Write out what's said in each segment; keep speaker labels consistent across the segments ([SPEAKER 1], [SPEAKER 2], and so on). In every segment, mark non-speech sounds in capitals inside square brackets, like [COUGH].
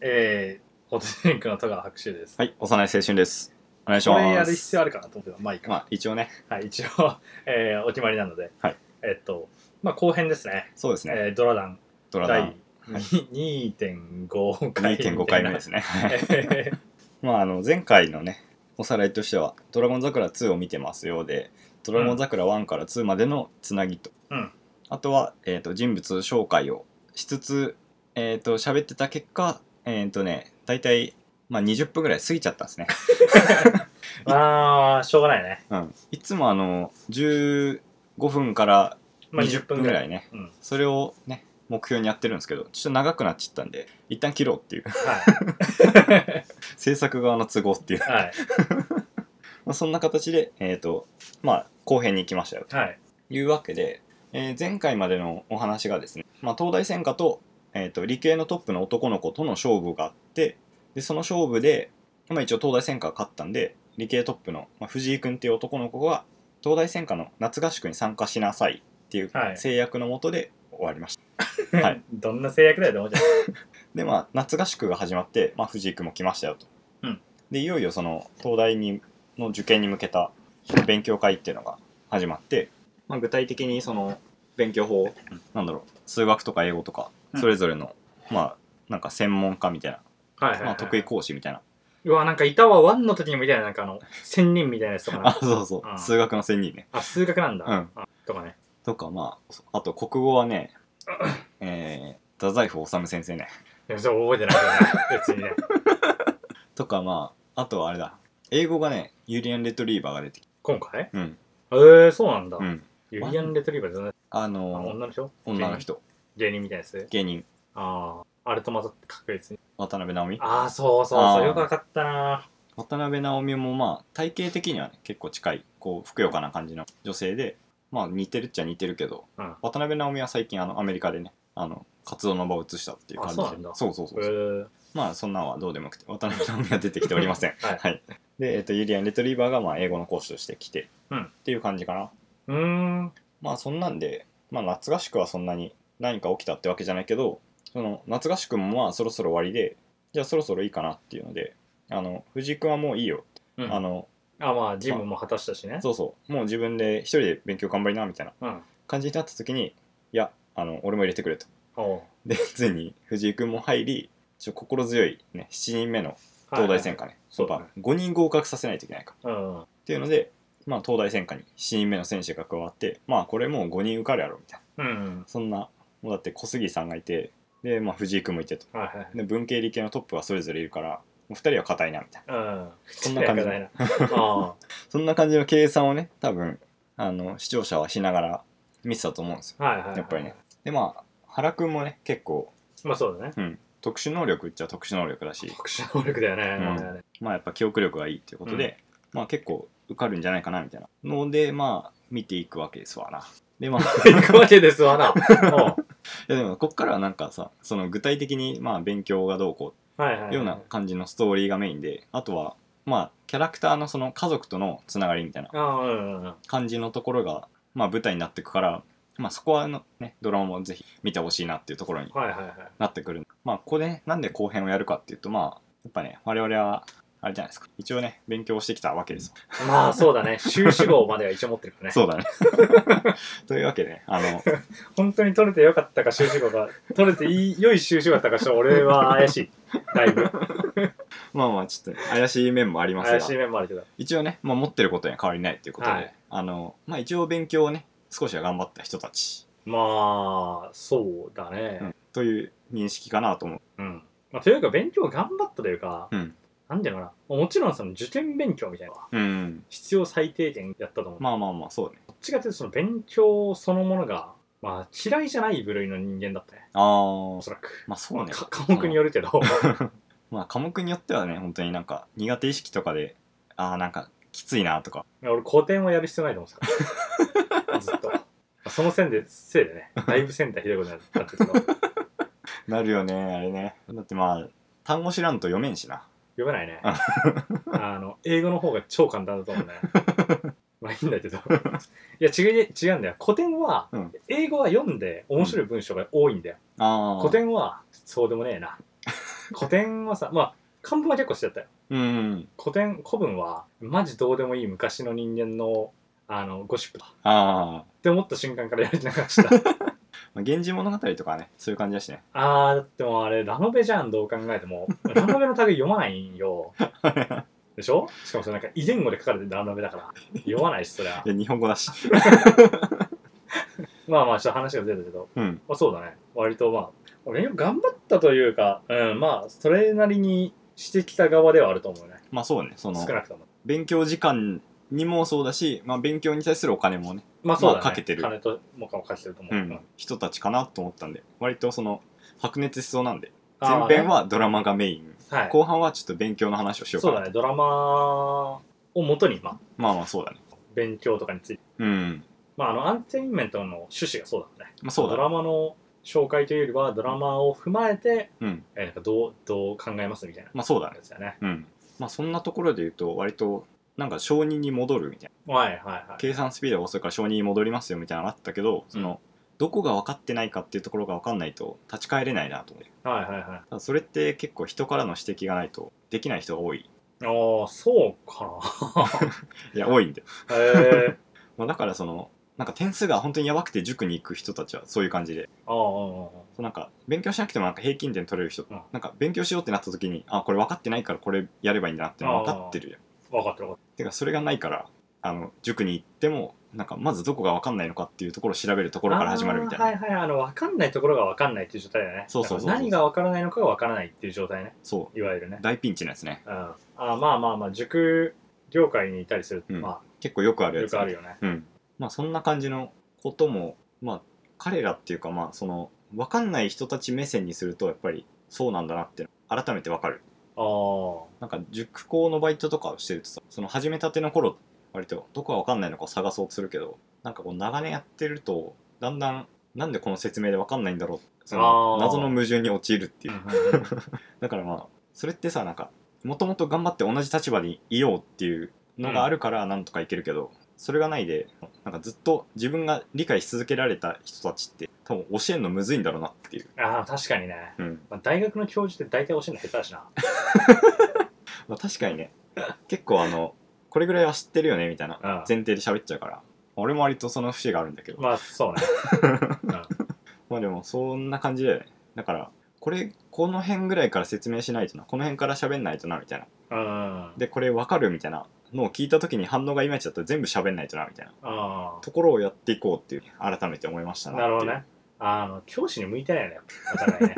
[SPEAKER 1] えー、ホットドリンクの戸川博士です。
[SPEAKER 2] はい、幼い青春です。お願いし
[SPEAKER 1] こ
[SPEAKER 2] ま
[SPEAKER 1] れやる
[SPEAKER 2] す。
[SPEAKER 1] 必要あるかなと思ってまあいいか。
[SPEAKER 2] まあ、一応ね、
[SPEAKER 1] はい、一応、 [LAUGHS] えーお決まりなので、
[SPEAKER 2] はい
[SPEAKER 1] えっと、まあ後編ですね。
[SPEAKER 2] そうですね、
[SPEAKER 1] えードラダン
[SPEAKER 2] ドラ
[SPEAKER 1] 第
[SPEAKER 2] マ
[SPEAKER 1] に2.5回みたいな。
[SPEAKER 2] 2.5回目ですね。
[SPEAKER 1] [LAUGHS] えー
[SPEAKER 2] [LAUGHS] まあ、あの、前回のね、おさらいとしては、ドラゴン桜2を見てますようで、ドラゴン桜1から2までのつなぎと、
[SPEAKER 1] うん
[SPEAKER 2] あとは、えー、と人物紹介をしつつ、えっ、と、喋ってた結果、えっ、とね、大体、まあ、20分ぐらい過ぎちゃった
[SPEAKER 1] [LAUGHS]
[SPEAKER 2] んですね。
[SPEAKER 1] まあ、しょうがないね。
[SPEAKER 2] うん。いつもあの、15分から
[SPEAKER 1] まあ、
[SPEAKER 2] 20分ぐらいね、
[SPEAKER 1] 20分ぐらい。うん。
[SPEAKER 2] それをね目標にやってるんですけどちょっと長くなっちゃったんで一旦切ろうっていう [LAUGHS]
[SPEAKER 1] は
[SPEAKER 2] 制作側の都合っていう、
[SPEAKER 1] い。
[SPEAKER 2] [LAUGHS]
[SPEAKER 1] はい。
[SPEAKER 2] まあ、そんな形でえっ、とまあ後編に行きましたよ
[SPEAKER 1] [LAUGHS]
[SPEAKER 2] と
[SPEAKER 1] はい。
[SPEAKER 2] いうわけで、えー前回までのお話がですね、まあ、東大専科と,、えーと理系のトップの男の子との勝負があってでその勝負で、まあ、一応東大専科が勝ったんで理系トップの、まあ、藤井君っていう男の子が東大専科の夏合宿に参加しなさいっていう
[SPEAKER 1] はい
[SPEAKER 2] 制約のもとで終わりました、はい、
[SPEAKER 1] どんな制約だよって思っちゃう。
[SPEAKER 2] でまあ夏合宿が始まって、まあ、藤井君も来ましたよと、
[SPEAKER 1] うん
[SPEAKER 2] でいよいよその東大にの受験に向けた勉強会っていうのが始まって、まあ、具体的にその勉強法、なんだろう数学とか英語とか
[SPEAKER 1] うん
[SPEAKER 2] それぞれの、まあなんか専門家みたいな、
[SPEAKER 1] はいはいはい、
[SPEAKER 2] まあ、得意講師みたいな、
[SPEAKER 1] うわ、なんかいたわ、ワンの時にみたいな、なんかあの、 [LAUGHS] 仙人みたいなやつとかな
[SPEAKER 2] あそうそう、
[SPEAKER 1] うん
[SPEAKER 2] 数学の専人ね
[SPEAKER 1] あ、数学なんだ。
[SPEAKER 2] うん
[SPEAKER 1] あとかね。
[SPEAKER 2] とかまああと国語はねえー、太宰府治先生ね
[SPEAKER 1] いや、そう覚えてないけどね。別 [LAUGHS] にね。
[SPEAKER 2] とかまああとはあれだ英語がねユリアン・レトリーバーが出てきて
[SPEAKER 1] 今回
[SPEAKER 2] うん
[SPEAKER 1] えー、そうなんだ。
[SPEAKER 2] うん
[SPEAKER 1] ユリアン・レトリーバーじゃない。
[SPEAKER 2] あ
[SPEAKER 1] あ
[SPEAKER 2] のー
[SPEAKER 1] 女の人
[SPEAKER 2] 女の。人
[SPEAKER 1] 芸人芸人みたいなやつ。
[SPEAKER 2] 芸人
[SPEAKER 1] ああ。あれと混ざって確率に。
[SPEAKER 2] 渡辺直美
[SPEAKER 1] ああ、そうそう
[SPEAKER 2] あ
[SPEAKER 1] そう。
[SPEAKER 2] ー
[SPEAKER 1] よくわかったな。
[SPEAKER 2] 渡辺直美もまあ体型的には、ね、結構近いこうふくよかな感じの女性でまあ似てるっちゃ似てるけど、
[SPEAKER 1] うん
[SPEAKER 2] 渡辺直美は最近あのアメリカでねあの活動の場を移したっていう感じで
[SPEAKER 1] あそうなんだ
[SPEAKER 2] そうそう
[SPEAKER 1] え
[SPEAKER 2] そうそう
[SPEAKER 1] ー、
[SPEAKER 2] まあそんなんはどうでもよくて渡辺直美は出てきておりません
[SPEAKER 1] はい
[SPEAKER 2] [LAUGHS] で、えっとユリアン・レトリーバーがまあ英語の講師として来て、
[SPEAKER 1] うん
[SPEAKER 2] っていう感じかな
[SPEAKER 1] うーん。
[SPEAKER 2] まあそんなんで、まあ、夏合宿はそんなに何か起きたってわけじゃないけどその夏合宿もまあそろそろ終わりでじゃあそろそろいいかなっていうのであの藤井君はもういいよ、
[SPEAKER 1] うん
[SPEAKER 2] あの
[SPEAKER 1] あ、まあ、ジムも果たしたしね。
[SPEAKER 2] そうそうもう自分で一人で勉強頑張りなみたいな
[SPEAKER 1] うん。
[SPEAKER 2] 感じになった時にいやあの俺も入れてくれと
[SPEAKER 1] おう
[SPEAKER 2] で [LAUGHS] ついに藤井君も入りちょ心強い、ね、7人目の東大専科ね、
[SPEAKER 1] そうだ
[SPEAKER 2] や
[SPEAKER 1] ね
[SPEAKER 2] っぱ5人合格させないといけないから
[SPEAKER 1] はいはいはいうん。
[SPEAKER 2] っていうので、まあ、東大専科に7人目の選手が加わってまあこれもう5人受かるやろみたいな。
[SPEAKER 1] うん。
[SPEAKER 2] そんな、もうだって小杉さんがいて、で、まあ、藤井君もいてと。
[SPEAKER 1] はいはい。
[SPEAKER 2] で、文系理系のトップがそれぞれいるから、もう2人は硬いな、みたいな。
[SPEAKER 1] うん。
[SPEAKER 2] そんな感じ
[SPEAKER 1] だな。あ
[SPEAKER 2] そんな感じの計算をね、多分、あの、視聴者はしながら見てたと思うんですよ。
[SPEAKER 1] あ。はいはいはい。
[SPEAKER 2] [LAUGHS] やっぱりね。。で、まあ、原君もね、結構、
[SPEAKER 1] まあそうだね。
[SPEAKER 2] うん、特殊能力っちゃ特殊能力だし、
[SPEAKER 1] 特殊能力だよね。
[SPEAKER 2] うん
[SPEAKER 1] まあね
[SPEAKER 2] まあ、やっぱ記憶力がいいっていうことで、まあ、結構受かるんじゃないかな、みたいな。ので、まあ、見ていくわけですわな。で、まあ、
[SPEAKER 1] 行くわけですわな。おう
[SPEAKER 2] いやでも、こっからはなんかさ、その具体的に、まあ、勉強がどうこう
[SPEAKER 1] はいはいはい。
[SPEAKER 2] ような感じのストーリーがメインであとはまあキャラクターのその家族とのつながりみたいな
[SPEAKER 1] ああ、うんうんうん。
[SPEAKER 2] 感じのところが、まあ、舞台になっていくから、まあ、そこはあの、ね、ドラマもぜひ見てほしいなっていうところに
[SPEAKER 1] はいはいはい。
[SPEAKER 2] なってくるまあここで、ね、なんで後編をやるかっていうとまあやっぱね我々はあれじゃないですか一応ね勉強をしてきたわけですよ
[SPEAKER 1] まあそうだね。修士号までは一応持ってるからね。
[SPEAKER 2] そうだね [LAUGHS] というわけで、ね、あの
[SPEAKER 1] 本当に取れてよかったか修士号が、取れていい良い修士号だったか、ちょっと俺は怪しい。だいぶ。
[SPEAKER 2] まあまあちょっと怪しい面もあります
[SPEAKER 1] 怪
[SPEAKER 2] が
[SPEAKER 1] しい面もあるけど。
[SPEAKER 2] 一応ね、まあ、持ってることには変わりないっていうことで、
[SPEAKER 1] はい
[SPEAKER 2] あのまあ一応勉強をね少しは頑張った人たち
[SPEAKER 1] まあ、そうだ
[SPEAKER 2] う
[SPEAKER 1] ね
[SPEAKER 2] ん。という認識かなと思う。
[SPEAKER 1] うん。まあ、というか、勉強頑張ったというか、
[SPEAKER 2] うん。
[SPEAKER 1] なんていうのかな。もちろんその受験勉強みたいなのは
[SPEAKER 2] うん。
[SPEAKER 1] 必要最低限やったと思う。
[SPEAKER 2] まあまあまあ、そうね。
[SPEAKER 1] どっちかというと、その勉強そのものが、まあ嫌いじゃない部類の人間だったね。
[SPEAKER 2] あ
[SPEAKER 1] お
[SPEAKER 2] あ。
[SPEAKER 1] そらく。
[SPEAKER 2] まあそうね。
[SPEAKER 1] か科目によるけど。
[SPEAKER 2] まあ科目によってはね、本当になんか苦手意識とかで、ああ、なんかきついなとか。
[SPEAKER 1] い [LAUGHS] や俺古典はやる必要ないと思ってた
[SPEAKER 2] [LAUGHS]
[SPEAKER 1] ずっとその線でせいでねだいぶ線でひどいことになってるけど読
[SPEAKER 2] なるよ [LAUGHS] ね、あれね。だってまあ、単語知らんと読めんしな。
[SPEAKER 1] めないねあの英語の方が超簡単だと思うねまあいいんだけどいや違う違うんだよ古典は、
[SPEAKER 2] うん
[SPEAKER 1] 英語は読んで面白い文章が多いんだよ、
[SPEAKER 2] ああ。
[SPEAKER 1] 古典はそうでもねえな古典はさまあ漢文は結構してたよ
[SPEAKER 2] うん。
[SPEAKER 1] 古典古文はマジどうでもいい昔の人間のあのゴシップだっ
[SPEAKER 2] ああ。
[SPEAKER 1] て思った瞬間からやりながらした
[SPEAKER 2] まあ、源氏物語とかはね、そういう感じだしね。
[SPEAKER 1] あーだってもうあれラノベじゃんどう考えて
[SPEAKER 2] [LAUGHS]
[SPEAKER 1] もラノベの類読まないんよでしょしかもそれなんか遺伝語で書かれてるラノベだから読まないしそりゃ
[SPEAKER 2] [LAUGHS] いや、日本語だし。
[SPEAKER 1] まあまあちょっと話が出たけど
[SPEAKER 2] うん。
[SPEAKER 1] まあ、そうだね割とまあ俺よく頑張ったというか、うん、まあそれなりにしてきた側ではあると思うね
[SPEAKER 2] まあそうね、その
[SPEAKER 1] 少、なくとも
[SPEAKER 2] 勉強時間にもそうだし、まあ勉強に対するお金もね、
[SPEAKER 1] まあそうだね、
[SPEAKER 2] まあかけてる
[SPEAKER 1] 金ともかもかけてると思う、
[SPEAKER 2] う
[SPEAKER 1] うん
[SPEAKER 2] ん、人たちかなと思ったんで、割とその、白熱しそうなんで、
[SPEAKER 1] あー
[SPEAKER 2] 前編はドラマがメイン、
[SPEAKER 1] はい
[SPEAKER 2] 後半はちょっと勉強の話をしよう
[SPEAKER 1] そう
[SPEAKER 2] かな。
[SPEAKER 1] だねドラマをもとに、まあ、
[SPEAKER 2] まあまあそうだね。
[SPEAKER 1] 勉強とかについて、
[SPEAKER 2] うん。
[SPEAKER 1] まあ、あのアンテインメントの趣旨がそうだね
[SPEAKER 2] まあそう
[SPEAKER 1] ド
[SPEAKER 2] だね。
[SPEAKER 1] ラマの紹介というよりはドラマを踏まえて、
[SPEAKER 2] うん。
[SPEAKER 1] えーなんかどうどう考えますみたいな
[SPEAKER 2] まあそうだね
[SPEAKER 1] や。つだよね
[SPEAKER 2] うん。まあそんなところで言うと、割と、なんか承認に戻るみたいな。
[SPEAKER 1] はいはいはい
[SPEAKER 2] 計算スピードが遅いから承認に戻りますよみたいなのあったけどその、どこが分かってないかっていうところが分かんないと立ち返れないなと思って
[SPEAKER 1] はいはいは
[SPEAKER 2] ただそれって結構人からの指摘がないとできない人が多い
[SPEAKER 1] いああそうか
[SPEAKER 2] [LAUGHS] いや多いんで、
[SPEAKER 1] なへえ
[SPEAKER 2] まあ、だからそのなんか点数が本当にやばくて塾に行く人たちはそういう感じで
[SPEAKER 1] ああああ
[SPEAKER 2] そうなんか勉強しなくてもなんか平均点取れる人、
[SPEAKER 1] うん
[SPEAKER 2] なんか勉強しようってなった時にあこれ分かってないからこれやればいいんだなってのは分かってるじゃん
[SPEAKER 1] 分かってる分かって
[SPEAKER 2] かそれがないからあの塾に行ってもなんかまずどこが分かんないのかっていうところを調べると
[SPEAKER 1] て
[SPEAKER 2] こ
[SPEAKER 1] る
[SPEAKER 2] ろから始まるみたいな、
[SPEAKER 1] あーはいはいあの分かんないところが分かんないっていう状態だよね
[SPEAKER 2] そうそうそうそう
[SPEAKER 1] だから何が分からないのかが分からないっていう状態ね
[SPEAKER 2] そ
[SPEAKER 1] いわゆるね
[SPEAKER 2] う大ピンチのやつね
[SPEAKER 1] うんあーまあまあまあ塾業界にいたりすると、
[SPEAKER 2] うん
[SPEAKER 1] ま
[SPEAKER 2] 結構よくあ
[SPEAKER 1] あ
[SPEAKER 2] るや
[SPEAKER 1] よ
[SPEAKER 2] つ、
[SPEAKER 1] くあるよね
[SPEAKER 2] うん、まあそんな感じのこともまあ彼らっていうかまあその分かんない人たち目線にするとやっぱりそうなんだなって改めて分かる
[SPEAKER 1] ああ
[SPEAKER 2] なんか塾講のバイトとかをしてるとさその始めたての頃割とどこが分かんないのかを探そうとするけどなんかこう長年やってるとだんだんなんでこの説明で分かんないんだろうその
[SPEAKER 1] あー
[SPEAKER 2] 謎の矛盾に陥るっていう
[SPEAKER 1] うん
[SPEAKER 2] だからまあそれってさなんかもともと頑張って同じ立場にいようっていうのがあるからなんとかいけるけど、それがないでなんかずっと自分が理解し続けられた人たちって多分教えるのむずいんだろうなっていう、
[SPEAKER 1] ああ確かにね、
[SPEAKER 2] うん
[SPEAKER 1] まあ、大学の教授って大体教えるの下手だしな
[SPEAKER 2] まあ、確かにね結構あのこれぐらいは知ってるよねみたいな
[SPEAKER 1] うん
[SPEAKER 2] 前提で喋っちゃうから俺も割とその節があるんだけど
[SPEAKER 1] まあそうね、うん
[SPEAKER 2] まあでもそんな感じだよねだからこれこの辺ぐらいから説明しないとなこの辺から喋んないとなみたいな
[SPEAKER 1] うん、
[SPEAKER 2] でこれ分かるみたいなのを聞いた時に反応がいまいちだったら全部喋んないとなみたいな
[SPEAKER 1] あ
[SPEAKER 2] ところをやっていこうっていう改めて思いました
[SPEAKER 1] あ
[SPEAKER 2] な
[SPEAKER 1] なるほどねあの教師に向いてないよねお互い
[SPEAKER 2] [LAUGHS]
[SPEAKER 1] ね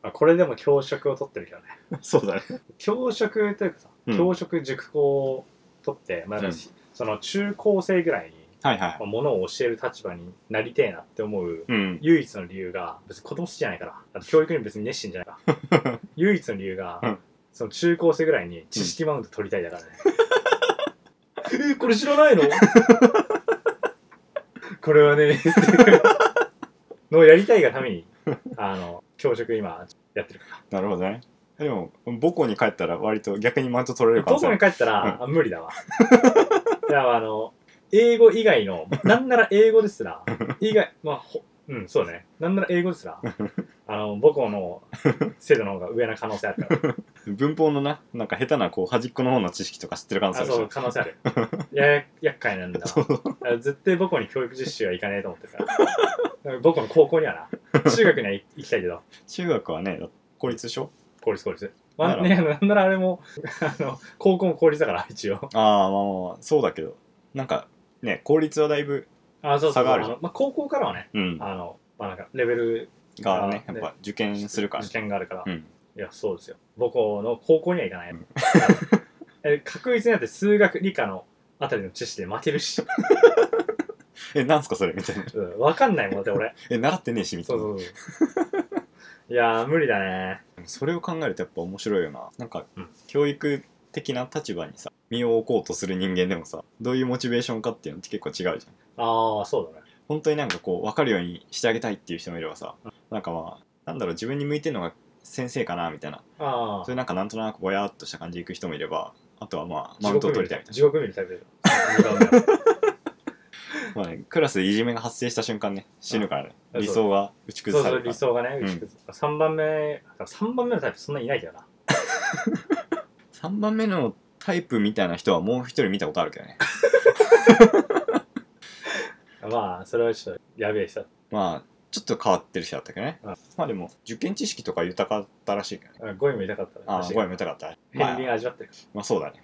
[SPEAKER 1] まあこれでも教職を取ってるけどね
[SPEAKER 2] どね [LAUGHS] そうだね
[SPEAKER 1] 教職というかさ、
[SPEAKER 2] うん
[SPEAKER 1] 教職塾講を取って、まあ
[SPEAKER 2] うん
[SPEAKER 1] その中高生ぐらいに、
[SPEAKER 2] はいはい
[SPEAKER 1] まあ、ものを教える立場になりてえなって思う
[SPEAKER 2] うん
[SPEAKER 1] 唯一の理由が別に子供好きじゃないからあと教育に別に熱心じゃないから [LAUGHS] 唯一の理由が、
[SPEAKER 2] うん
[SPEAKER 1] その中高生ぐらいに知識マウント取りたいだからね、 [LAUGHS] えこれ知らないの [LAUGHS] これはね [LAUGHS] っていうのをやりたいがためにあの教職今やってるから
[SPEAKER 2] なるほどねでも母校に帰ったら割と逆にマウント取られる可能
[SPEAKER 1] どこ
[SPEAKER 2] 性
[SPEAKER 1] に帰ったら、あ無理だわ。 [LAUGHS] だからあの、英語以外の、なんなら英語です
[SPEAKER 2] [LAUGHS]
[SPEAKER 1] ら、以外、まあ、ほうん、そうね。なんなら英語ですら、あの、母校の制度の方が上な可能性あるから。
[SPEAKER 2] 文法のななんか下手なこう端っこの方の知識とか知ってる可能 [LAUGHS] 性あ
[SPEAKER 1] あ、
[SPEAKER 2] るでし
[SPEAKER 1] そう、
[SPEAKER 2] ょ
[SPEAKER 1] 可能
[SPEAKER 2] [LAUGHS]
[SPEAKER 1] 性ある。やや、厄介なんだわ。
[SPEAKER 2] そう
[SPEAKER 1] あ絶対母校に教育実習はいかねえと思ってるから。母校の高校にはな。中学には行きたいけど、
[SPEAKER 2] 中学はねだって公立でしょ
[SPEAKER 1] 公立公立。ま
[SPEAKER 2] な
[SPEAKER 1] あ、
[SPEAKER 2] ら
[SPEAKER 1] ね、なんならあれも、あの、高校も公立だから、一応。
[SPEAKER 2] ああまあまあまあそうだけどなんかね公立はだいぶ
[SPEAKER 1] あ、そうそう
[SPEAKER 2] 差
[SPEAKER 1] そ
[SPEAKER 2] が
[SPEAKER 1] う。
[SPEAKER 2] あ
[SPEAKER 1] あ
[SPEAKER 2] る
[SPEAKER 1] のまあ、高校からはね、
[SPEAKER 2] うん
[SPEAKER 1] あの、まあ、なんか、レベル
[SPEAKER 2] がね
[SPEAKER 1] あー
[SPEAKER 2] やっぱ受験するから
[SPEAKER 1] 受験があるから、
[SPEAKER 2] う
[SPEAKER 1] い
[SPEAKER 2] ん
[SPEAKER 1] やそうですよ母校の高校には行かない、 [LAUGHS] え確実にだって数学理科のあたりの知識で負けるし、
[SPEAKER 2] えなんすかそれみたいな
[SPEAKER 1] うん、分かんないもんだって俺
[SPEAKER 2] え習ってねえしみた
[SPEAKER 1] そ
[SPEAKER 2] いうな
[SPEAKER 1] そうそういやー無理だね
[SPEAKER 2] それを考えるとやっぱ面白いよななんか、
[SPEAKER 1] うん
[SPEAKER 2] 教育的な立場にさ身を置こうとする人間でもさどういうモチベーションかっていうのって結構違うじゃん
[SPEAKER 1] ああそうだね
[SPEAKER 2] 本当になんかこう分かるようにしてあげたいっていう人もいればさ、なんかまあなんだろう自分に向いてるのが先生かなみたいな
[SPEAKER 1] あ
[SPEAKER 2] そ
[SPEAKER 1] あ
[SPEAKER 2] れなんかなんとなくぼやっとした感じでいく人もいればあとはまあマ
[SPEAKER 1] 地
[SPEAKER 2] ウン
[SPEAKER 1] 獄
[SPEAKER 2] トを取
[SPEAKER 1] 見
[SPEAKER 2] りたい
[SPEAKER 1] る
[SPEAKER 2] みたい
[SPEAKER 1] 地獄見るタイプだよ
[SPEAKER 2] まあね、クラスでいじめが発生した瞬間ね、死ぬからね、
[SPEAKER 1] うん
[SPEAKER 2] 理想が打ち
[SPEAKER 1] そ
[SPEAKER 2] 崩
[SPEAKER 1] う
[SPEAKER 2] さ
[SPEAKER 1] そ
[SPEAKER 2] れ
[SPEAKER 1] う、
[SPEAKER 2] るか
[SPEAKER 1] 理
[SPEAKER 2] ら。
[SPEAKER 1] 想がね、
[SPEAKER 2] うん
[SPEAKER 1] 打ち崩す3番目、3番目のタイプそんなにいないけどな。
[SPEAKER 2] 3番目のタイプみたいな人はもう一人見たことあるけどね。
[SPEAKER 1] まあ、それはちょっとやべえ人だ
[SPEAKER 2] まあ、ちょっと変わってる人だったけどね。
[SPEAKER 1] うん
[SPEAKER 2] まあでも、受験知識とか豊かったらしいけどね。
[SPEAKER 1] うん語彙も痛かったね。
[SPEAKER 2] ああ、
[SPEAKER 1] 確
[SPEAKER 2] 声
[SPEAKER 1] か
[SPEAKER 2] も
[SPEAKER 1] に
[SPEAKER 2] 豊かった。
[SPEAKER 1] 片
[SPEAKER 2] まあ
[SPEAKER 1] 鱗、味わってる。
[SPEAKER 2] まあそうだね。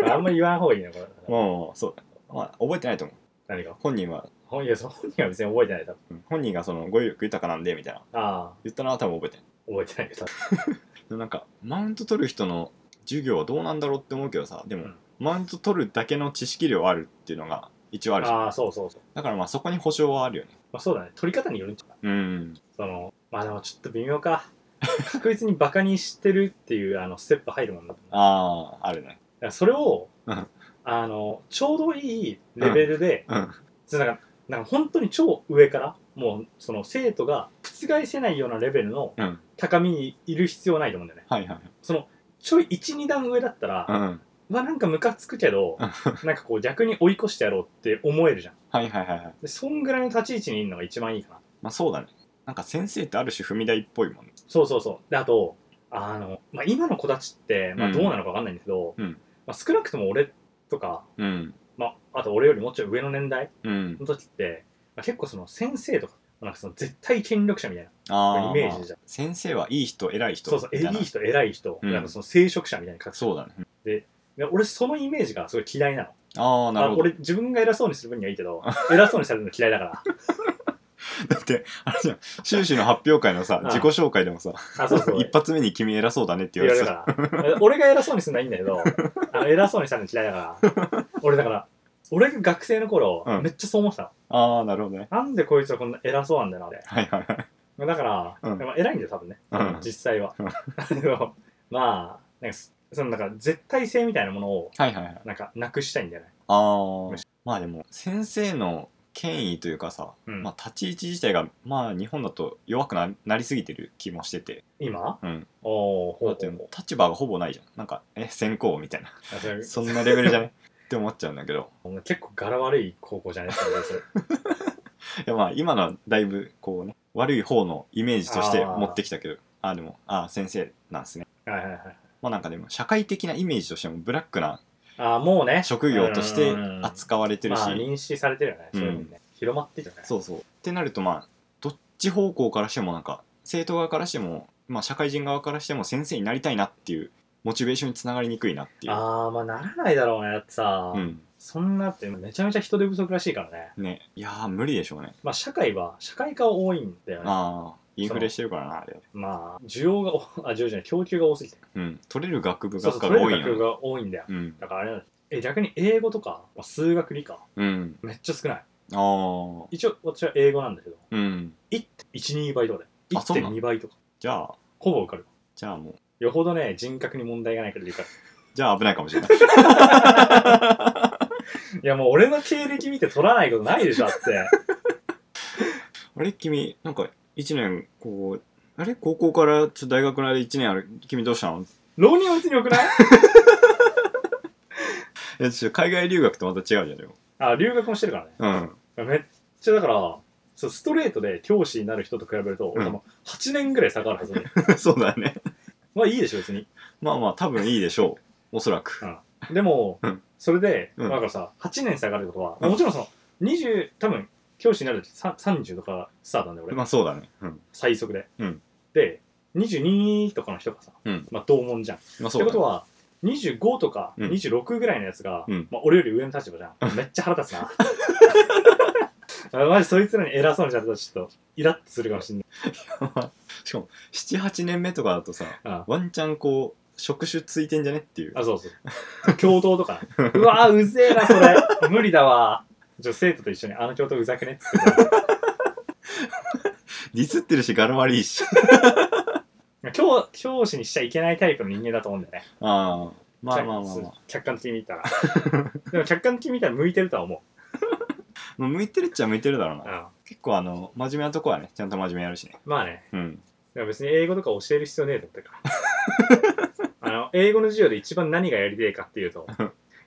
[SPEAKER 1] まああんまり言わん方がいいね、これ。
[SPEAKER 2] もう、そうだね。まあ、覚えてないと思う。
[SPEAKER 1] 何が
[SPEAKER 2] 本人は、
[SPEAKER 1] 本人は、本人は別に覚えてない、多分。
[SPEAKER 2] うん本人がその語彙力豊かなんで、みたいな。
[SPEAKER 1] ああ、
[SPEAKER 2] 言ったのは多分覚えてない
[SPEAKER 1] 覚えてないけど。。
[SPEAKER 2] でもなんか、マウント取る人の授業はどうなんだろうって思うけどさ、でも、
[SPEAKER 1] うん
[SPEAKER 2] マウント取るだけの知識量あるっていうのが一応あるじゃん。
[SPEAKER 1] ああ、そうそうそう。
[SPEAKER 2] だからまあそこに保証はあるよね。
[SPEAKER 1] まあそうだね、取り方によるんじゃない
[SPEAKER 2] うん。
[SPEAKER 1] その、まあでもちょっと微妙か。 [LAUGHS] 確実にバカにしてるっていう、あの、ステップ入るもんだと思う。
[SPEAKER 2] ああ、あるね。
[SPEAKER 1] だからそれを
[SPEAKER 2] うん、
[SPEAKER 1] あの、ちょうどいいレベルで、
[SPEAKER 2] うん。
[SPEAKER 1] つなんか、なんか本当に超上から、もうその生徒が覆せないようなレベルの
[SPEAKER 2] うん。
[SPEAKER 1] 高みにいる必要はないと思うんだよね。
[SPEAKER 2] はいはい。
[SPEAKER 1] その、ちょい1、2段上だった
[SPEAKER 2] う
[SPEAKER 1] ら、
[SPEAKER 2] ん。
[SPEAKER 1] まあなんかムカつくけど、
[SPEAKER 2] うん
[SPEAKER 1] なんかこう逆に追い越してやろうって思えるじゃん。
[SPEAKER 2] はいはいはいはい。
[SPEAKER 1] で、そんぐらいの立ち位置にいるのが一番いいかな。
[SPEAKER 2] まあそうだね。なんか先生ってある種踏み台っぽいもんね。
[SPEAKER 1] そうそうそう。で、あと、あの、まあ今の子たちって、ま
[SPEAKER 2] う
[SPEAKER 1] あ
[SPEAKER 2] ん
[SPEAKER 1] どうなのかわかんないんですけど、
[SPEAKER 2] うん
[SPEAKER 1] まあ少なくとも俺とか、
[SPEAKER 2] うん。
[SPEAKER 1] まああと俺よりもうちょい上の年代
[SPEAKER 2] うん。
[SPEAKER 1] の時って、まあ、結構その先生とか、なんかその絶対権力者みたいな。
[SPEAKER 2] ああ。
[SPEAKER 1] イメージじゃん
[SPEAKER 2] まあ先生はいい人、偉い人。
[SPEAKER 1] そうそう、えい
[SPEAKER 2] みたいない
[SPEAKER 1] 人、偉い人、
[SPEAKER 2] うん
[SPEAKER 1] なんかその聖職者みたいに書く。
[SPEAKER 2] そうだね。うん
[SPEAKER 1] で俺、そのイメージがすごい嫌いなの。
[SPEAKER 2] ああ、なる
[SPEAKER 1] あ
[SPEAKER 2] ほど。
[SPEAKER 1] 俺、自分が偉そうにする分にはいいけど、偉そうにされるの嫌いだ
[SPEAKER 2] [LAUGHS]
[SPEAKER 1] か
[SPEAKER 2] だって、あれじゃん、修士の発表会のさ
[SPEAKER 1] う、ん
[SPEAKER 2] 自己紹介でもさ、
[SPEAKER 1] ら。あ、そうそう。
[SPEAKER 2] 一発目に君偉そうだねって
[SPEAKER 1] 言
[SPEAKER 2] 言
[SPEAKER 1] わ
[SPEAKER 2] われ
[SPEAKER 1] れ
[SPEAKER 2] て
[SPEAKER 1] る
[SPEAKER 2] た。
[SPEAKER 1] から。俺が偉そうにするのはいいんだけ
[SPEAKER 2] [LAUGHS]
[SPEAKER 1] ど、あの偉そうにされるの嫌いだから。俺、だから、俺が学生の頃、
[SPEAKER 2] うん
[SPEAKER 1] めっちゃそう思ってたの。
[SPEAKER 2] ああ、なるほどね。
[SPEAKER 1] なんでこいつはこんな偉そうなんだよなって。
[SPEAKER 2] はいはいはい。
[SPEAKER 1] だから、
[SPEAKER 2] うん
[SPEAKER 1] まあ偉いんだよ、多分ね。
[SPEAKER 2] うん
[SPEAKER 1] 実際は。
[SPEAKER 2] う
[SPEAKER 1] だけど、まあ、なんか、その、だから、絶対性みたいなものを、
[SPEAKER 2] はいはいはい。
[SPEAKER 1] なんか、なくしたいんじゃない
[SPEAKER 2] ああ。まあでも、先生の権威というかさ、
[SPEAKER 1] うん
[SPEAKER 2] まあ立ち位置自体が、まあ日本だと弱くななりすぎてる気もしてて。
[SPEAKER 1] 今
[SPEAKER 2] うん。
[SPEAKER 1] おー、ほ
[SPEAKER 2] だ
[SPEAKER 1] う
[SPEAKER 2] って
[SPEAKER 1] ほう
[SPEAKER 2] も
[SPEAKER 1] ほ
[SPEAKER 2] う立場がほぼないじゃん。なんか、え、先行みたいな。
[SPEAKER 1] うあそれ
[SPEAKER 2] そんなレベルじゃねって思っちゃうんだけど。
[SPEAKER 1] お前結構柄悪い高校じゃないですか、それ
[SPEAKER 2] いやまあ今のはだいぶこうね、悪い方のイメージとして
[SPEAKER 1] あー
[SPEAKER 2] 持ってきたけど、ああ、でも、ああ、先生なんですね。
[SPEAKER 1] はいはいはい。
[SPEAKER 2] まあなんかでも社会的なイメージとしてもブラックな
[SPEAKER 1] ああ、もうね。
[SPEAKER 2] 職業として扱われてるし、
[SPEAKER 1] まあ、認識されてるよね。
[SPEAKER 2] うん
[SPEAKER 1] そういうふうにね。広まってるよね。
[SPEAKER 2] そうそう。ってなるとまあどっち方向からしてもなんか生徒側からしても、まあ、社会人側からしても先生になりたいなっていうモチベーションにつながりにくいなっていう。
[SPEAKER 1] ああ、まあ、ならないだろうね。だってさ、
[SPEAKER 2] うん、
[SPEAKER 1] そんなって、めちゃめちゃ人手不足らしいからね。
[SPEAKER 2] ねいやー無理でしょうね。
[SPEAKER 1] まあ、社会は、社会化多いんだよね。
[SPEAKER 2] ああインフレしてるからなあれ。
[SPEAKER 1] まあ、需要が多、あ、需要じゃない、供給が多すぎて。
[SPEAKER 2] うん、取れる学部
[SPEAKER 1] そう
[SPEAKER 2] 学
[SPEAKER 1] そう、
[SPEAKER 2] 科
[SPEAKER 1] 取れ
[SPEAKER 2] が多い
[SPEAKER 1] る学部
[SPEAKER 2] よね。
[SPEAKER 1] が多いんだよ。
[SPEAKER 2] うん、
[SPEAKER 1] だからあれなんだえ、逆に英語とか、まあ、数学理科、
[SPEAKER 2] うん、
[SPEAKER 1] めっちゃ少ない。
[SPEAKER 2] ああ、
[SPEAKER 1] 一応、私は英語なんだけど、
[SPEAKER 2] うん。
[SPEAKER 1] 1.12倍とかで。
[SPEAKER 2] あそうなの
[SPEAKER 1] 1.2倍とか。
[SPEAKER 2] じゃあ、
[SPEAKER 1] ほぼ受かる。
[SPEAKER 2] じゃあもう、
[SPEAKER 1] よほどね、人格に問題がないから受かる。
[SPEAKER 2] じゃあ危ないかもしれ
[SPEAKER 1] [LAUGHS]
[SPEAKER 2] ない。
[SPEAKER 1] いやもう俺の経歴見て取らないことないでしょだって。
[SPEAKER 2] あれ君、なんか、一年、こう、あれ高校からちょ大学の間一年ある、君どうしたの
[SPEAKER 1] 浪人は別に良くない
[SPEAKER 2] え、ちょ海外留学とまた違うじゃんよ。
[SPEAKER 1] あ、留学もしてるからね
[SPEAKER 2] うん。。 [LAUGHS]
[SPEAKER 1] めっちゃだから、そうストレートで教師になる人と比べると、俺多分8年ぐらい下がるはずだよ
[SPEAKER 2] そうだね。
[SPEAKER 1] まあいいでしょ別に。
[SPEAKER 2] まあまあ、多分いいでしょう。おそらく。
[SPEAKER 1] でも
[SPEAKER 2] うん、
[SPEAKER 1] それで、
[SPEAKER 2] うん
[SPEAKER 1] だからさ、8年下がるってこと
[SPEAKER 2] う
[SPEAKER 1] は、
[SPEAKER 2] ん
[SPEAKER 1] もちろんその、20、多分、教師になるってさ30とかスタートなんで俺、
[SPEAKER 2] まあそうだね。うん。
[SPEAKER 1] 最速で
[SPEAKER 2] うん。
[SPEAKER 1] で、22とかの人がさ
[SPEAKER 2] うん、
[SPEAKER 1] まあ同門じゃん。
[SPEAKER 2] まあ
[SPEAKER 1] って
[SPEAKER 2] そうだ、ね。
[SPEAKER 1] ことは、25とか
[SPEAKER 2] うん
[SPEAKER 1] 26ぐらいのやつが、
[SPEAKER 2] うん
[SPEAKER 1] まあ、俺より上の立場じゃん。めっちゃ腹立つな。 [LAUGHS] あマジそいつらに偉そうにされたらちょっとイラッとするかもしんない。
[SPEAKER 2] しかも、7、8年目とかだとさ、
[SPEAKER 1] あ
[SPEAKER 2] ワンチャンこう、職種ついてんじゃねっていう。
[SPEAKER 1] あ、そうそう。教頭とか。うわーうぜえな、それ。無理だわ。じゃあ生徒と一緒にあの教頭うざくねっつってた。
[SPEAKER 2] ディスってるし、柄悪いし。 [LAUGHS]
[SPEAKER 1] 教教師にしちゃいけないタイプの人間だと思うんだよね。
[SPEAKER 2] ああ。まあまあまあ
[SPEAKER 1] そう
[SPEAKER 2] まあ。
[SPEAKER 1] 客観的に見たら。でも客観的に見たら向いてるとは思う。
[SPEAKER 2] まあ向いてるっちゃ向いてるだろう
[SPEAKER 1] う
[SPEAKER 2] な。
[SPEAKER 1] ん
[SPEAKER 2] 結構あの、真面目なとこはね、ちゃんと真面目やるしね。
[SPEAKER 1] まあね。 [LAUGHS]
[SPEAKER 2] うん。
[SPEAKER 1] でも別に英語とか教える必
[SPEAKER 2] [LAUGHS]
[SPEAKER 1] 要ねえと思ったから。あの、英語の授業で一番何がやりてえかっていうと、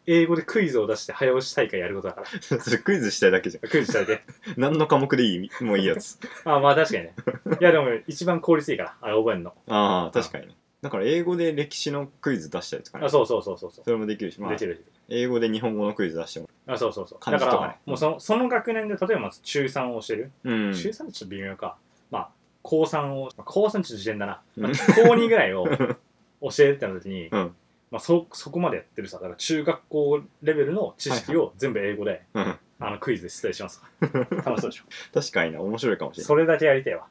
[SPEAKER 1] 英語でクイズを出して早押し大会やることだか
[SPEAKER 2] それクイズしたいだけじゃん
[SPEAKER 1] ら。クイズしたい
[SPEAKER 2] [LAUGHS]
[SPEAKER 1] で。
[SPEAKER 2] 何の科目でいいもういいやつ
[SPEAKER 1] あまあ確かにね。いやでも一番効率いいから、あれ覚えるの。
[SPEAKER 2] ああ確かにねだから英語で歴史のクイズ出したりとかね
[SPEAKER 1] あそうそうそうそうそう。
[SPEAKER 2] それもできるし、まあ
[SPEAKER 1] でき、るできる。
[SPEAKER 2] 英語で日本語のクイズ出しても
[SPEAKER 1] あそうそうそう。
[SPEAKER 2] 漢字
[SPEAKER 1] だ
[SPEAKER 2] と
[SPEAKER 1] か
[SPEAKER 2] からね、
[SPEAKER 1] もうそのその学年で、例えばまず中3を教える。
[SPEAKER 2] うん
[SPEAKER 1] 中3ってちょっと微妙か。まあ、高3を、まあ高3ちょっと自然だな。まあ
[SPEAKER 2] うん
[SPEAKER 1] 高2ぐらい
[SPEAKER 2] [LAUGHS]
[SPEAKER 1] を教えるってなった時に、
[SPEAKER 2] うん
[SPEAKER 1] まあそ、そこまでやってるさ、だから中学校レベルの知識を全部英語で、
[SPEAKER 2] うん
[SPEAKER 1] あのクイズで出題します。
[SPEAKER 2] [LAUGHS]
[SPEAKER 1] 楽しそうでしょ。
[SPEAKER 2] 確かにな面白いかもしれない
[SPEAKER 1] それだけやりたいわ。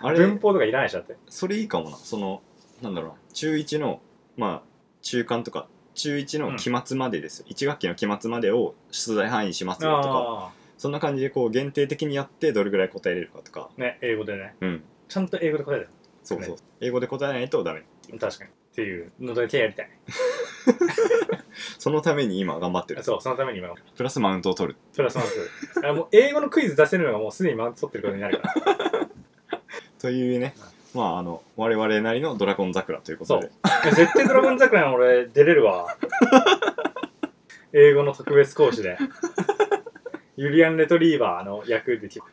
[SPEAKER 2] あれ
[SPEAKER 1] 文法とかいらないでしょだって。
[SPEAKER 2] それいいかもなそのなんだろうな中1のまあ中間とか中1の期末までですよ、1学期の期末までを出題範囲にしますよとか
[SPEAKER 1] あ
[SPEAKER 2] そんな感じでこう限定的にやってどれぐらい答えれるかとか
[SPEAKER 1] あ。ね、英語でね。
[SPEAKER 2] うん
[SPEAKER 1] ちゃんと英語で答えて
[SPEAKER 2] そうそう、
[SPEAKER 1] ね
[SPEAKER 2] 英語で答えないとダメ
[SPEAKER 1] る。確かに。っていうのだけやりたい。
[SPEAKER 2] そのために今頑張ってる
[SPEAKER 1] そう、そのために今、
[SPEAKER 2] プラスマウントを取る
[SPEAKER 1] プラスマウント。あもう英語のクイズ出せるのがもうすでにマウント取ってることになるから。
[SPEAKER 2] というねまああの我々なりの「ドラゴン桜」ということで
[SPEAKER 1] いや絶対ドラゴン桜の俺出れるわ。英語の特別講師で。ユリアン・レトリーバーの役できる。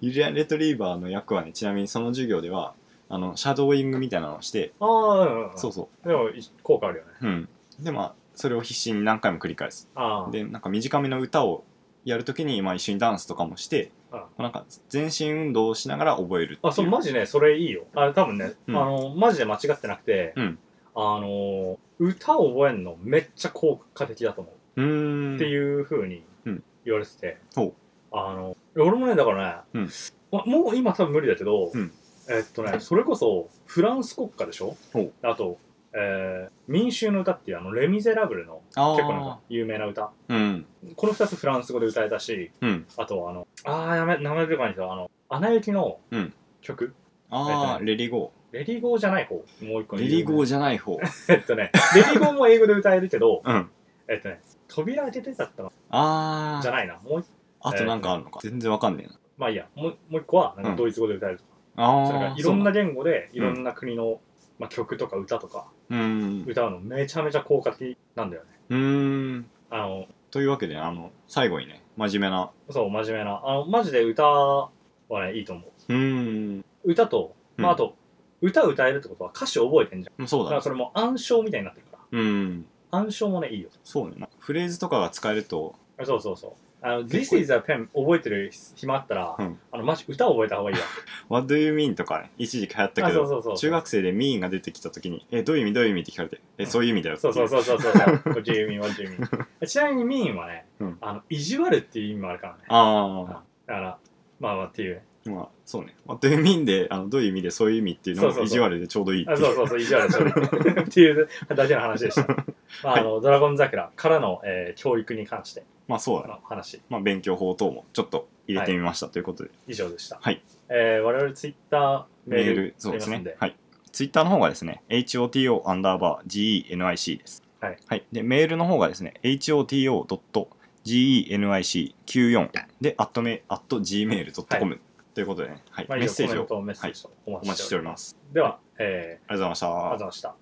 [SPEAKER 2] ユリアン・レトリーバーの役はねちなみにその授業ではあのシャドーイングみたいなのをして
[SPEAKER 1] ああ、うん、うん。
[SPEAKER 2] そうそ
[SPEAKER 1] でも、い効果あるよね。
[SPEAKER 2] ううんでまあそれを必死に何回も繰り返す
[SPEAKER 1] ああ。
[SPEAKER 2] でなんか短めの歌をやるときに、まあ、一緒にダンスとかもして
[SPEAKER 1] うん
[SPEAKER 2] なんか全身運動をしながら覚えるっていう
[SPEAKER 1] あ、そう、マジね、それいいよ。あ、多分ね、
[SPEAKER 2] うん
[SPEAKER 1] あの、マジで間違ってなくて、
[SPEAKER 2] うん
[SPEAKER 1] あの、歌を覚えるのめっちゃ効果的だと思う。
[SPEAKER 2] うーん
[SPEAKER 1] っていうふうに
[SPEAKER 2] うん
[SPEAKER 1] 言われてて、
[SPEAKER 2] ほ
[SPEAKER 1] あの俺もねだからね、まもう今多分無理だけど、
[SPEAKER 2] うん
[SPEAKER 1] えっとねそれこそフランス国歌でしょ
[SPEAKER 2] ほう
[SPEAKER 1] あと、えー民衆の歌」っていうあのレ・ミゼラブルの
[SPEAKER 2] あー
[SPEAKER 1] 結構なんか有名な歌
[SPEAKER 2] うん
[SPEAKER 1] この2つフランス語で歌えたし
[SPEAKER 2] うん
[SPEAKER 1] あとあのあーやめ名前出てこないんですよあの「アナ雪」の
[SPEAKER 2] うん
[SPEAKER 1] 曲、
[SPEAKER 2] あ
[SPEAKER 1] えっ
[SPEAKER 2] あ
[SPEAKER 1] と
[SPEAKER 2] レリゴ
[SPEAKER 1] レディーゴーじゃない方もう一個
[SPEAKER 2] ーレリゴー
[SPEAKER 1] ー
[SPEAKER 2] じゃな
[SPEAKER 1] [LAUGHS]
[SPEAKER 2] い方
[SPEAKER 1] えっとねレディーゴーも英語で歌えるけど
[SPEAKER 2] うん
[SPEAKER 1] えっとね扉開けてたったの
[SPEAKER 2] あ
[SPEAKER 1] じゃ
[SPEAKER 2] あ
[SPEAKER 1] ないなもう一
[SPEAKER 2] あとなんかあるのか全然わかんねえな
[SPEAKER 1] まあいいやもうもう一個はなん
[SPEAKER 2] う
[SPEAKER 1] か
[SPEAKER 2] ん
[SPEAKER 1] ドイツ語で歌えるとか、それか
[SPEAKER 2] あ
[SPEAKER 1] ら
[SPEAKER 2] あ
[SPEAKER 1] いろん
[SPEAKER 2] な
[SPEAKER 1] な言語でい
[SPEAKER 2] ん
[SPEAKER 1] ろんな国の、まあ、曲とか歌とか
[SPEAKER 2] うんう
[SPEAKER 1] 歌うのめちゃめちゃ効果的なんだよね
[SPEAKER 2] ーん
[SPEAKER 1] あの
[SPEAKER 2] というわけであの最後にね真面目な
[SPEAKER 1] そう真面目なあのマジで歌はねいいと思
[SPEAKER 2] うーん
[SPEAKER 1] う歌と、まあ、
[SPEAKER 2] うん
[SPEAKER 1] あと、歌歌えるってことは歌詞覚えてんじゃん
[SPEAKER 2] そ
[SPEAKER 1] だ
[SPEAKER 2] うだ
[SPEAKER 1] から
[SPEAKER 2] ね
[SPEAKER 1] それもう暗唱みたいになってるか
[SPEAKER 2] うん
[SPEAKER 1] ら暗唱もねいいよ
[SPEAKER 2] そうねフレーズとかが使えると
[SPEAKER 1] あそうそうそうあの
[SPEAKER 2] 結
[SPEAKER 1] This
[SPEAKER 2] 構いい
[SPEAKER 1] is a pen 覚えてる暇あったら、
[SPEAKER 2] うん
[SPEAKER 1] あのマジ歌覚えた方がいい
[SPEAKER 2] [LAUGHS]
[SPEAKER 1] わ
[SPEAKER 2] 「What do you mean?」とかね一時期流行った
[SPEAKER 1] あ
[SPEAKER 2] け
[SPEAKER 1] そうそう
[SPEAKER 2] ど
[SPEAKER 1] そう
[SPEAKER 2] 中学生で「mean」が出てきた時に「えどういう意味どういう意味?」って聞かれて「えそういう意味だよ」って
[SPEAKER 1] そ
[SPEAKER 2] いう
[SPEAKER 1] そうそうそうそう What do you mean what do you
[SPEAKER 2] [LAUGHS]
[SPEAKER 1] mean ちなみにミーンはね、
[SPEAKER 2] うん
[SPEAKER 1] あの意地悪っていう意味もあるからね
[SPEAKER 2] あ
[SPEAKER 1] だから、まあまあっていうね。
[SPEAKER 2] あ、まあ、そうね。まあ、どういう意味で、あの、どういう意味で、そういう意味っていうの
[SPEAKER 1] そうそうそ
[SPEAKER 2] も
[SPEAKER 1] う
[SPEAKER 2] 意地悪でちょうどいいってい
[SPEAKER 1] あ
[SPEAKER 2] う。
[SPEAKER 1] そうそうそう、意地悪でしょ。っていうだけの話でした。まあ、あの、ドラゴン桜からの、えー教育に関して
[SPEAKER 2] まあ、そうだね。
[SPEAKER 1] の話、
[SPEAKER 2] まあ、勉強法等もちょっと入れてみましたということで。
[SPEAKER 1] 以上でした。
[SPEAKER 2] はい。
[SPEAKER 1] えー、我々ツイッター、メ
[SPEAKER 2] メ
[SPEAKER 1] ー
[SPEAKER 2] ー
[SPEAKER 1] ル
[SPEAKER 2] ル、、
[SPEAKER 1] そ
[SPEAKER 2] そう
[SPEAKER 1] で
[SPEAKER 2] うですす
[SPEAKER 1] ね
[SPEAKER 2] ね。。はい。ツイッターの方がですね、hoto アンダーバー genic です。
[SPEAKER 1] はい。
[SPEAKER 2] で、メールの方がですね、hoto.genic94 で、アットメ、アット gmail.com、ということでね、はい。
[SPEAKER 1] まあ、
[SPEAKER 2] メッセージ
[SPEAKER 1] コメント
[SPEAKER 2] を
[SPEAKER 1] メッセージをお
[SPEAKER 2] お
[SPEAKER 1] 待ち
[SPEAKER 2] 待ち
[SPEAKER 1] し
[SPEAKER 2] してて
[SPEAKER 1] お
[SPEAKER 2] お
[SPEAKER 1] り
[SPEAKER 2] り
[SPEAKER 1] ま。
[SPEAKER 2] ますす。
[SPEAKER 1] では、えー、
[SPEAKER 2] ありがとうございました
[SPEAKER 1] ありがとうございました。